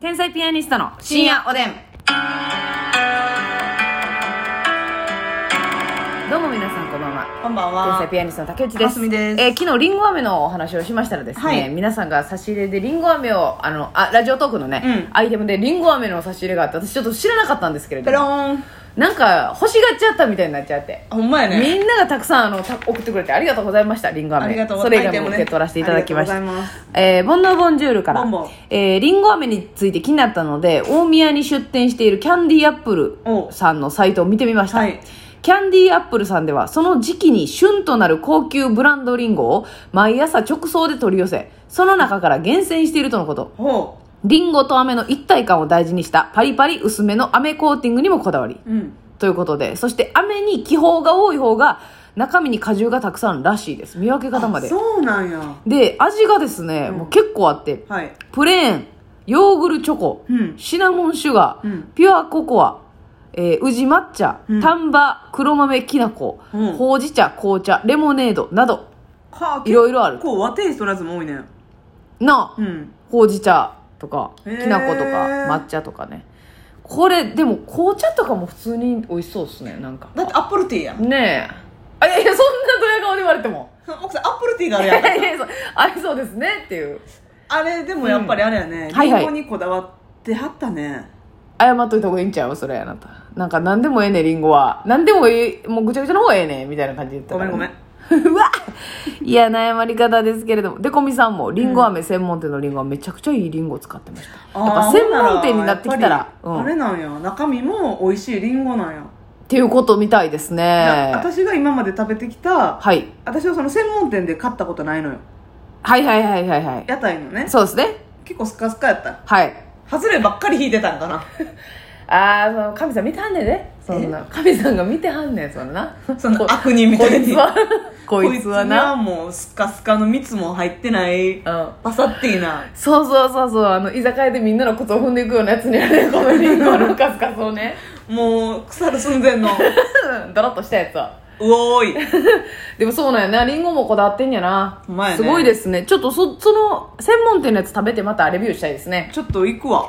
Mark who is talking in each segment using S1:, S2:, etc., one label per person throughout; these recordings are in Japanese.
S1: 天才ピアニストの深夜おでん。どうも皆さんこんばんは。
S2: こんば
S1: 天才
S2: んは。
S1: ピアニストの竹内です。
S2: ますみです
S1: えー昨日りんご飴のお話をしましたらですね、
S2: はい
S1: 皆さんが差し入れでりんご飴をあのあラジオトークのね、
S2: うん
S1: アイテムでりんご飴の差し入れがあって私ちょっと知らなかったんですけれ
S2: ペ
S1: ど
S2: ロ
S1: も、
S2: ーン。
S1: なんか欲しがっちゃったみたいになっちゃって。
S2: ほんまやね。
S1: みんながたくさんあのた送ってくれてありがとうございましたりんご飴
S2: ありがとう
S1: それ以
S2: アイ
S1: 外
S2: テ
S1: も
S2: ムね
S1: 受け取らせていただきました
S2: ありがとうございます
S1: えー、ボンノーボンジュールから
S2: ボンボン
S1: えーりんご飴について気になったので大宮に出店しているキャンディーアップ
S2: お
S1: ルさんのサイトを見てみました、
S2: はい
S1: キャンディーアップルさんではその時期に旬となる高級ブランドリンゴを毎朝直送で取り寄せその中から厳選しているとのこと
S2: ほ
S1: リンゴと飴の一体感を大事にしたパリパリ薄めの飴コーティングにもこだわり
S2: う。うん。
S1: ということでそして飴に気泡が多い方が中身に果汁がたくさんあるらしいです見分け方まで
S2: そうなんや。
S1: で味がですね、
S2: うん
S1: もう結構あって
S2: はい。
S1: プレーンヨーグルチョコ、
S2: うん
S1: シナモンシュガー、
S2: うん
S1: ピュアココア、えー宇治抹茶、
S2: うん
S1: 丹波黒豆きな粉、
S2: うん
S1: ほうじ茶紅茶レモネードなど
S2: はあ、
S1: いろいろある
S2: 結構和テイストなやつも多いね。
S1: なあ、
S2: うん。
S1: ほうじ茶とかき
S2: へー
S1: な粉とか抹茶とかねこれでも紅茶とかも普通に美味しそうですねなんか
S2: だってアップルティーやん。
S1: ねえあいやいやそんなドヤ顔で言われて も
S2: 奥さん、アップルティーがある
S1: い
S2: やん。
S1: やいやそうありそうですねっていう
S2: あれ、でもやっぱりあれやね。
S1: はいはい
S2: リンゴにこだわってはったね。
S1: 謝っといた方がいいんちゃうそれあなたなんか何でもええねリンゴは何でもいいもうぐちゃぐちゃの方がええねみたいな感じで言った
S2: ご
S1: か
S2: め
S1: ら
S2: んご
S1: う
S2: めん。
S1: わいや悩まり方ですけれどもでこみさんもりんご飴専門店のりんごはめちゃくちゃいいりんごを使ってました、やっ
S2: あ
S1: ぱ
S2: ー
S1: 専門店になってきた
S2: や
S1: ら
S2: っぱ
S1: う
S2: り
S1: ん、
S2: あれ
S1: っ
S2: なんや。中身も美味しいリンゴなんや。
S1: ていうことみたいです
S2: い
S1: ね
S2: や私が今まで食べてきた、
S1: はい、
S2: 私はその専門店で買ったことないのよ。
S1: はいはいはいはいはい
S2: 屋台のね。
S1: そうですね
S2: 結構スカスカやった。
S1: はい
S2: 外ればっかり引いてたん かな。
S1: ああその神さん見てはんねんでそんな神さんが見てはんねんそんな
S2: その
S1: こ
S2: 悪人み
S1: こ
S2: たい
S1: いつ
S2: に
S1: は こ
S2: こい
S1: い
S2: つ
S1: つは
S2: は
S1: な
S2: もうスカスカの蜜も入ってない
S1: うん
S2: パサッティな
S1: そうそうそうそうあの居酒屋でみんなの靴を踏んでいくようなやつにあれこのリンゴのカスカスをね
S2: もう腐る寸前のう
S1: ドロッとしたやつは
S2: おーい
S1: でもそうなんやなリンゴもこだわってんやな
S2: ほんまやね
S1: すごいですねちょっとそその専門店のやつ食べてまたレビューしたいですね
S2: ちょっと行くわ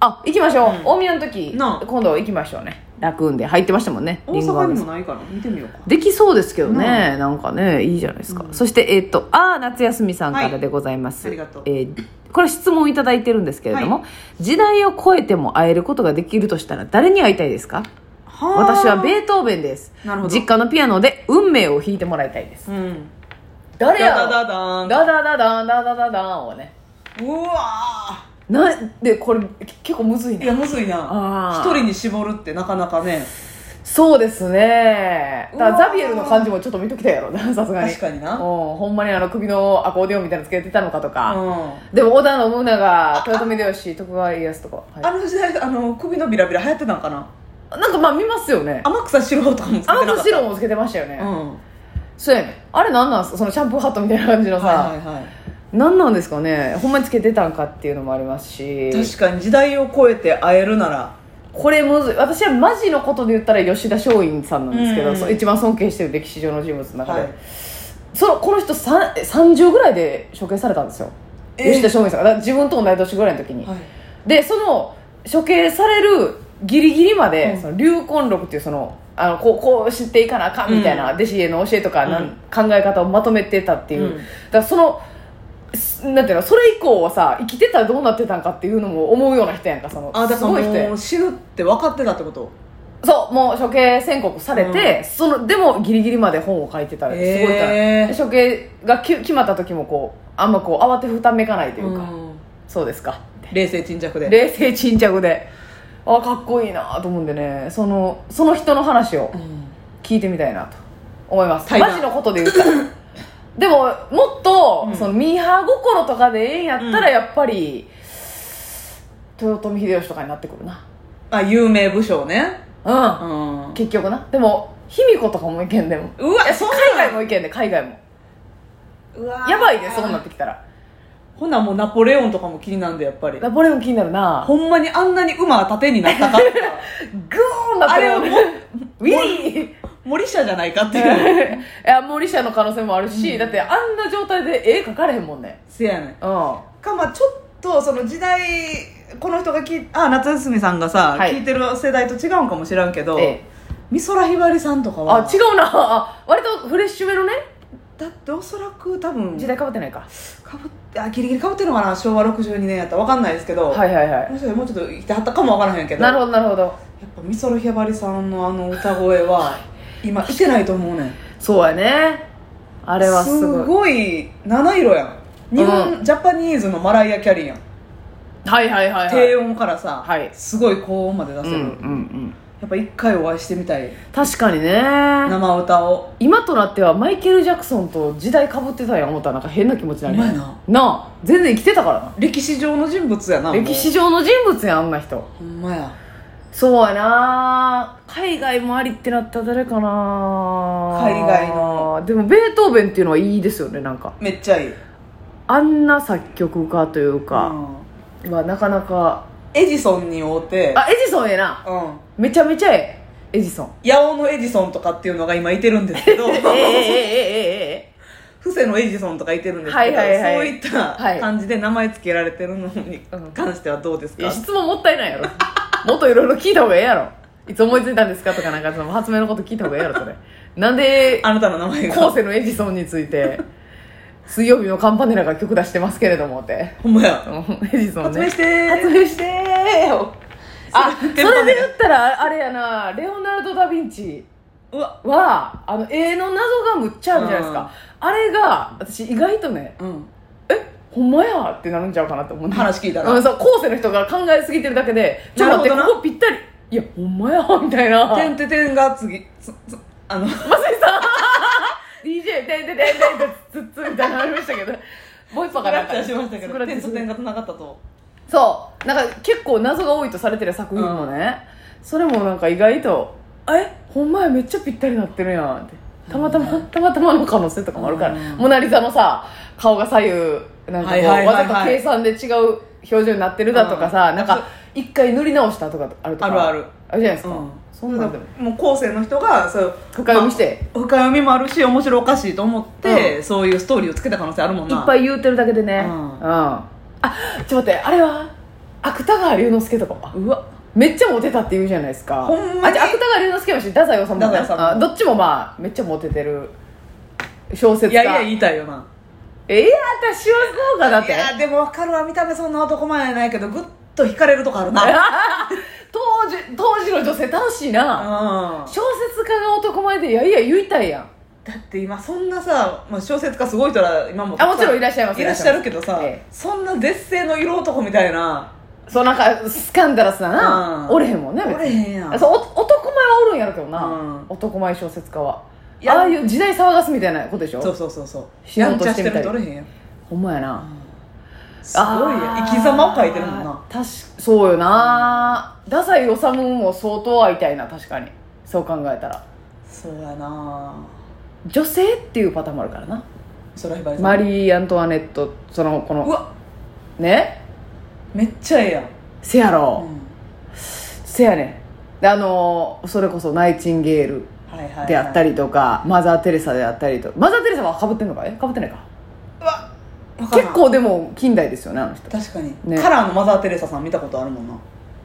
S1: あ行きましょう、
S2: うん
S1: 大宮の時
S2: なあ
S1: 今度行きましょうね楽運で入ってましたもんね
S2: 大
S1: リンゴ
S2: 阪に
S1: 飴
S2: もないから見てみようか
S1: できそうですけどね、なんかねいいじゃないですか、そしてえっ、とああ夏休みさんからでございます、
S2: はいありがとう
S1: えーこれ質問いただいてるんですけれども、時代を超えても会えることができるとしたら誰に会いたいですか
S2: はあ
S1: 私はベートーベンです
S2: なるほど
S1: 実家のピアノで運命を弾いてもらいたいです
S2: うん
S1: 誰や
S2: ダ
S1: ろ
S2: ダダーン
S1: ダダダダンダダダダンをね
S2: うわ
S1: なでこれけ結構むずい
S2: ーい
S1: ね
S2: やむずい
S1: あー
S2: な一人に絞るってなかなかね
S1: そうですねだか
S2: う
S1: ら
S2: わ
S1: ザビエルの感じもちょっと見ときたいやろなさすがに
S2: 確かにな
S1: うん
S2: うん
S1: ほんまにあの首のアコーディオンみたいなのつけてたのかとか、でも織田信長豊臣秀吉徳川家康とか、
S2: あ
S1: は、
S2: の時代あの首のビラビラ流行ってたんかない
S1: なんかまあ見ますよね
S2: 天草四郎とかも使っ
S1: 天
S2: てなか
S1: 草
S2: った
S1: 四郎もつけてましたよね、
S2: うん
S1: そうやねあれなんなんすかそのシャンプーハットみたいな感じのさ、
S2: はいはいはい
S1: なんなんですかねほんまにつけてたんかっていうのもありますし
S2: 確かに時代を超えて会えるなら
S1: これむずい私はマジのことで言ったら吉田松陰さんなんですけど、
S2: うん
S1: そう一番尊敬してる歴史上の人物の中で、
S2: はい
S1: そのこの人さん30ぐらいで処刑されたんですよ
S2: え
S1: 吉田松陰さんがだから自分と同い年ぐらいの時に、
S2: はい
S1: でその処刑されるギリギリまで、
S2: うん
S1: その流魂録っていうそのあのこうこう知っていかなあかんみたいな、
S2: うん
S1: 弟子への教えとか、なん
S2: うん
S1: 考え方をまとめてたっていう、
S2: うん
S1: だからそのすなんていうのそれ以降はさ生きてたらどうなってたんかっていうのも思うような人やんかその
S2: あだ
S1: す
S2: から
S1: ごい人やん
S2: もう死ぬって分かってたってこと
S1: そうもう処刑宣告されて、そのでもギリギリまで本を書いてたすごいから、
S2: へー
S1: 処刑がき決まった時もこうあんまこう慌てふためかないというか、
S2: うん
S1: そうですか
S2: 冷静沈着で
S1: 冷静沈着であかっこいいなと思うんでねそのその人の話を
S2: うん
S1: 聞いてみたいなと思います
S2: 対談
S1: マジのことで言うから でももっと、
S2: うん
S1: そのミーハー心とかでええんやったら、
S2: う
S1: やっぱり豊臣秀吉とかになってくるな
S2: あ有名武将ね
S1: うん
S2: うん
S1: 結局なでも卑弥呼とかもいけんでも
S2: うわ
S1: いや
S2: そんな
S1: 海外もいけんで海外も
S2: うわー
S1: やばいでそうなってきたら
S2: ほなもうナポレオンとかも気になんでやっぱり
S1: ナポレオン気になるな
S2: ほんまにあんなに馬が縦になっ たかっていう
S1: グーンだって
S2: あれはもう
S1: ウィリ
S2: 森下じゃないかって いう
S1: ーいや森下の可能性もあるし、だってあんな状態で絵描かれへんもんね
S2: せやねん
S1: うん
S2: かまあちょっとその時代この人が聞いあ夏休みさんがさ、
S1: はい
S2: 聞いてる世代と違うんかもしらんけど、
S1: え
S2: 美空ひばりさんとかは
S1: あ違うな あ割とフレッシュめのね
S2: だっておそらく多分
S1: 時代かぶってないか、
S2: かぶってあギリギリかぶってるのかな昭和62年やったら分かんないですけど、
S1: はいはいは
S2: もしかしたらもうちょっと生きてはったかも分からへんけ
S1: い
S2: ど
S1: なるほどなるほど
S2: やっぱ美空ひばりさんのあの歌声は今いてないと思うねん
S1: そうやねあ
S2: あ
S1: れはすごい
S2: すごい七色やん日本、
S1: う
S2: ジャパニーズのマライア・キャリーやん、
S1: はいはいはいはい
S2: 低音からさ、
S1: はい
S2: すごい高音まで出
S1: う
S2: せ
S1: ん
S2: る、
S1: うん
S2: や
S1: うん
S2: っぱ一回お会いしてみたい
S1: 確かにね
S2: 生歌を
S1: 今となってはマイケル・ジャクソンと時代かぶってたやん思ったらなんか変な気持ちになる
S2: うまいな
S1: なあ全然生きてたから
S2: 歴史上の人物やな
S1: な
S2: もう
S1: 歴史上の人物やんあんな人
S2: ほんまや
S1: そうやな海外もありってなったら誰かな
S2: 海外の
S1: でもベートーベンっていうのはいいですよねなんか
S2: めっちゃいい
S1: あんな作曲家というか、
S2: う
S1: まあなかなか
S2: んエジソンに会うて
S1: あエジソンええな
S2: うん
S1: めちゃめちゃええエジソン
S2: 八尾のエジソンとかっていうのが今いてるんですけど
S1: ええ えええええ
S2: 布施のエジソンとかいてるんですけど、
S1: はいはいはい
S2: そういった
S1: はい
S2: 感じで名前付けられてるのに
S1: うん
S2: 関してはどうです
S1: えいや
S2: か、
S1: 質問もったいないやろもっといろいろ聞いた方がええやろいつ思いついたんですかとかなんかその発明のこと聞いた方がええやろそれなんで
S2: あなたの名前
S1: 後
S2: が
S1: 世のエジソンについて水曜日のカンパネラが曲出してますけれどもって
S2: ほんまや
S1: うんエジソン
S2: 発明
S1: ね
S2: して
S1: 発明してよあそ
S2: それ
S1: れで言ったらああれやなレオナルド・ダ・ヴィンチ
S2: うわ
S1: はあの絵の謎がむっちゃあるじゃないですかあれが私意外とね
S2: うん
S1: ほんまやってなるんちゃうかなって思うね
S2: 話聞いたら、
S1: うん、そう後世の人が考えすぎてるだけでちょっと待って
S2: なるほどな
S1: ここぴったりいやほんまやみたいな
S2: てんててんが次つつあの
S1: DJ てんてんてんてんってつっつみたいなのありましたけどボイパかなんか
S2: しましたけ
S1: スク
S2: ど
S1: ラッチ
S2: 点と点がつながったと
S1: そうなんか結構謎が多いとされてる作品もね、それもなんか意外とえほんまやめっちゃぴったりなってるやんってたまたま、たまたまの可能性とかもあるから、
S2: うん
S1: モナ・リザのさ顔が左右なんかこう、
S2: はいはいはいはい
S1: わざと計算で違う表情になってるだとかさ、
S2: うん
S1: なんか一回塗り直したとかあるとか
S2: あるある
S1: あるじゃないですか、
S2: うん
S1: そんなんでも
S2: もう後世の人がそう
S1: 深読みして、
S2: まあ深読みもあるし面白おかしいと思って、
S1: う
S2: そういうストーリーをつけた可能性あるもんない
S1: っぱい言うてるだけでね
S2: う
S1: うんん、あちょっと待ってあれは芥川龍之介とかは
S2: うわ
S1: めっちゃモテたって言うじゃないですか
S2: ほんまに
S1: あじゃあ芥川龍之介もし太宰治もね
S2: 太宰治も
S1: あどっちもまあめっちゃモテてる小説家
S2: いやいや言いたいよな
S1: えいや私はそうかだっ
S2: い
S1: て
S2: やでも分かるわ見た目そんな男前やないけどぐっと惹かれるとこあるな
S1: 当時当時の女性楽しいな、
S2: うん
S1: 小説家が男前でいやいや言いたいやん
S2: だって今そんなさ、まあ、小説家すごい人ら今も
S1: あもちろんいらっしゃいます
S2: いらっしゃるけどさ、
S1: え
S2: そんな絶世の色男みたいな
S1: そうなんかスキャンダラスだな、
S2: うん
S1: おれへんもんね別に
S2: おれへんやん
S1: そうお男前はおるんやろうけどな、
S2: うん
S1: 男前小説家はい
S2: や
S1: ああいう時代騒がすみたいなことでしょ
S2: そうそうそうそう
S1: 仕
S2: やん
S1: 事
S2: ち
S1: し
S2: ゃしてて
S1: みた
S2: る
S1: い
S2: 人おれへんやん
S1: ほんまやな
S2: すごい
S1: あ
S2: や
S1: ー
S2: ん生き様を書いてるもんな
S1: 確かそうよな太宰治も相当会いたいな確かにそう考えたら
S2: そうやな
S1: 女性っていうパターンもあるからな
S2: そらひばりさん
S1: マリー・アントワネットそのこ
S2: う
S1: の
S2: わ
S1: ね
S2: めっちゃええやん、
S1: せや
S2: う
S1: ろ、
S2: ん
S1: せやねんであのーそれこそナイチンゲール
S2: はいはいはい
S1: であったりとか、マザー・テレサであったりとマザー・テレサはかぶってんのかえかぶってないか
S2: うわわからん
S1: 結構でも近代ですよねあの人
S2: 確かに、
S1: ね
S2: カラーのマザー・テレサさん見たことあるもんな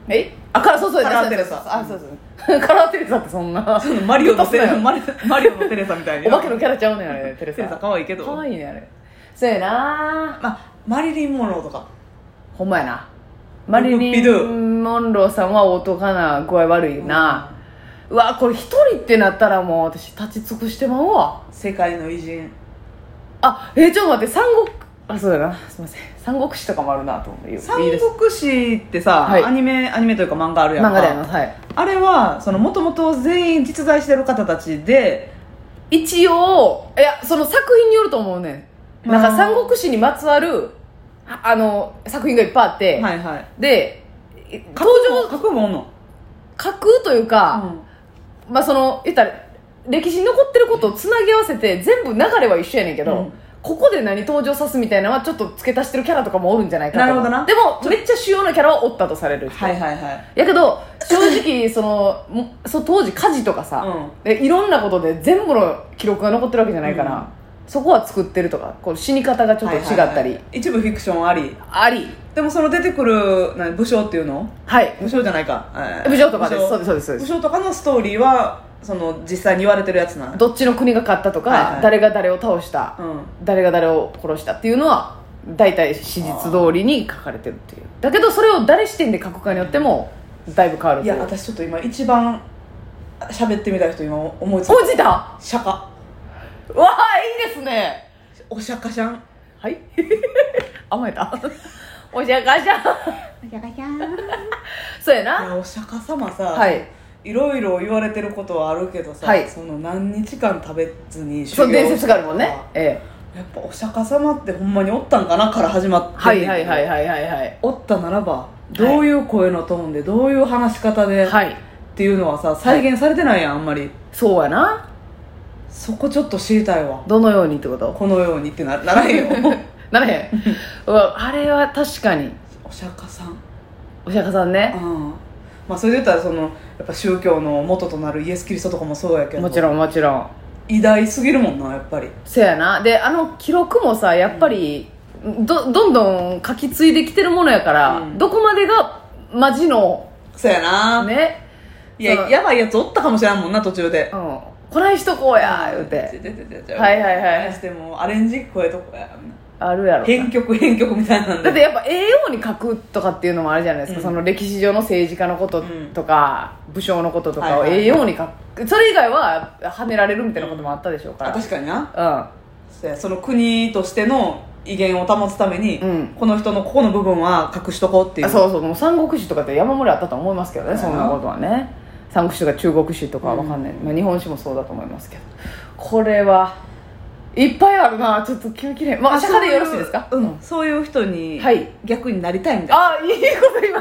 S1: えあカラそうそう
S2: カラーテレサ
S1: あそうそう カラーテレサってそんな
S2: その マリオのテ
S1: そ
S2: レ
S1: う
S2: サ
S1: や
S2: マリマリオのテレサみたいに
S1: お化けのキャラちゃうねんあれテレ
S2: テレサ
S1: サ
S2: 可愛いけど
S1: かわいいねあれそうやな
S2: まあ、マリリン・モローとか
S1: ほんまやなマリリ
S2: ピドゥ
S1: ン・モンローさんは男かな具合悪いな、うわこれ一人ってなったらもう私立ち尽くしてまうわ
S2: 世界の偉人
S1: あえちょっと待って三国あそうだなすいません三国志とかもあるなと思ういいです
S2: 三国志ってさ、
S1: はい
S2: アニメアニメというか漫画あるやんか
S1: 漫画でありますはい
S2: あれはそのもともと全員実在してる方たちで
S1: 一応いやその作品によると思うねんなん
S2: あー
S1: か三国志にまつわるああの作品がいっぱいあって、
S2: はいはい
S1: でえ登場
S2: 覚悟おんの、
S1: 架空というか、まあその言ったら歴史に残ってることをつなぎ合わせて全部流れは一緒やねんけど、
S2: うん
S1: ここで何登場さすみたいなのはちょっと付け足してるキャラとかもおるんじゃないかと
S2: なるほどな
S1: でもめっちゃ主要なキャラはおったとされる人、
S2: はいはいはい
S1: やけど正直そのもそう当時火事とかさ、
S2: う
S1: でいろんなことで全部の記録が残ってるわけじゃないから、そこは作ってるとかこう死に方がちょっと違ったり、
S2: はいはいはい一部フィクションあり
S1: あり
S2: でもその出てくるな武将っていうの
S1: はい
S2: 武将じゃないか、えー
S1: 部長とかです
S2: 武
S1: そうです
S2: 将
S1: そうですそうです
S2: 武将とかのストーリーはその実際に言われてるやつなん
S1: どっちの国が勝ったとか、
S2: はいはい
S1: 誰が誰を倒した、
S2: うん
S1: 誰が誰を殺したっていうのは大体史実通りに書かれてるっていうだけどそれを誰視点で書くかによってもだいぶ変わる
S2: い
S1: とい
S2: や
S1: う
S2: 私ちょっと今一番喋ってみたい人今思いついた
S1: 落ちた
S2: 釈迦
S1: うわあいいですね
S2: お釈迦ちゃん
S1: はい 甘えたおじゃかじゃん
S2: お釈迦ちゃんい
S1: そうやな
S2: やお釈迦様さ、
S1: はい
S2: いろいろ言われてることはあるけどさ、
S1: はい
S2: その何日間食べずに修行
S1: その伝
S2: し
S1: 説
S2: た
S1: があるもんねええ
S2: やっぱお釈迦様ってほんまにおったんかなから始まってんねん
S1: はいはいはいはいはいはい
S2: おったならばどういう声のトーンでどういう話し方で、
S1: はい
S2: っていうのはさ再現されてないやんあんまり
S1: そうやな
S2: そこちょっと知りたいわ
S1: どのようにってこと
S2: このようにってなならへ んよ
S1: なれへ んうわあれは確かに
S2: お釈迦さん
S1: お釈迦さんね
S2: うんまあそれで言ったらそのやっぱ宗教の元となるイエス・キリストとかもそうやけど
S1: もちろんもちろん
S2: 偉大すぎるもんなやっぱり
S1: せやなであの記録もさやっぱり、どどんどん書き継いできてるものやから、
S2: うん
S1: どこまでがマジの
S2: そうやな、
S1: ね
S2: い
S1: そ
S2: や
S1: の
S2: やばいやつおったかもしれんもんな途中で
S1: うんこないしとこうや言うて
S2: でででで
S1: はいはいはい
S2: してもアレンジ超えとこや
S1: あるやろ
S2: 編曲編曲みたいな
S1: だ
S2: んで
S1: ってやっぱ栄養に書くとかっていうのもあるじゃないですか、
S2: うん
S1: その歴史上の政治家のこととか、武将のこととかを
S2: はいはい
S1: 栄養に書く、それ以外は跳ねられるみたいなこともあったでしょうから
S2: あ確かにな
S1: う
S2: そうやその国としての威厳を保つために、
S1: うん
S2: この人のここの部分は隠しとこうってい
S1: ん
S2: う
S1: あそうそうもう三国志とかって山盛りあったと思いますけどね
S2: そ
S1: そ
S2: うや
S1: ん
S2: な
S1: なことはね三国志とか中国志とかは分かんない、まあ、日本史もそうだと思いますけどこれはいっぱいあるなちょっと決めきれんまあ釈迦でよろしいですか
S2: うんそういう人に
S1: はい
S2: 逆になりたいみたいな
S1: あいいこと言いま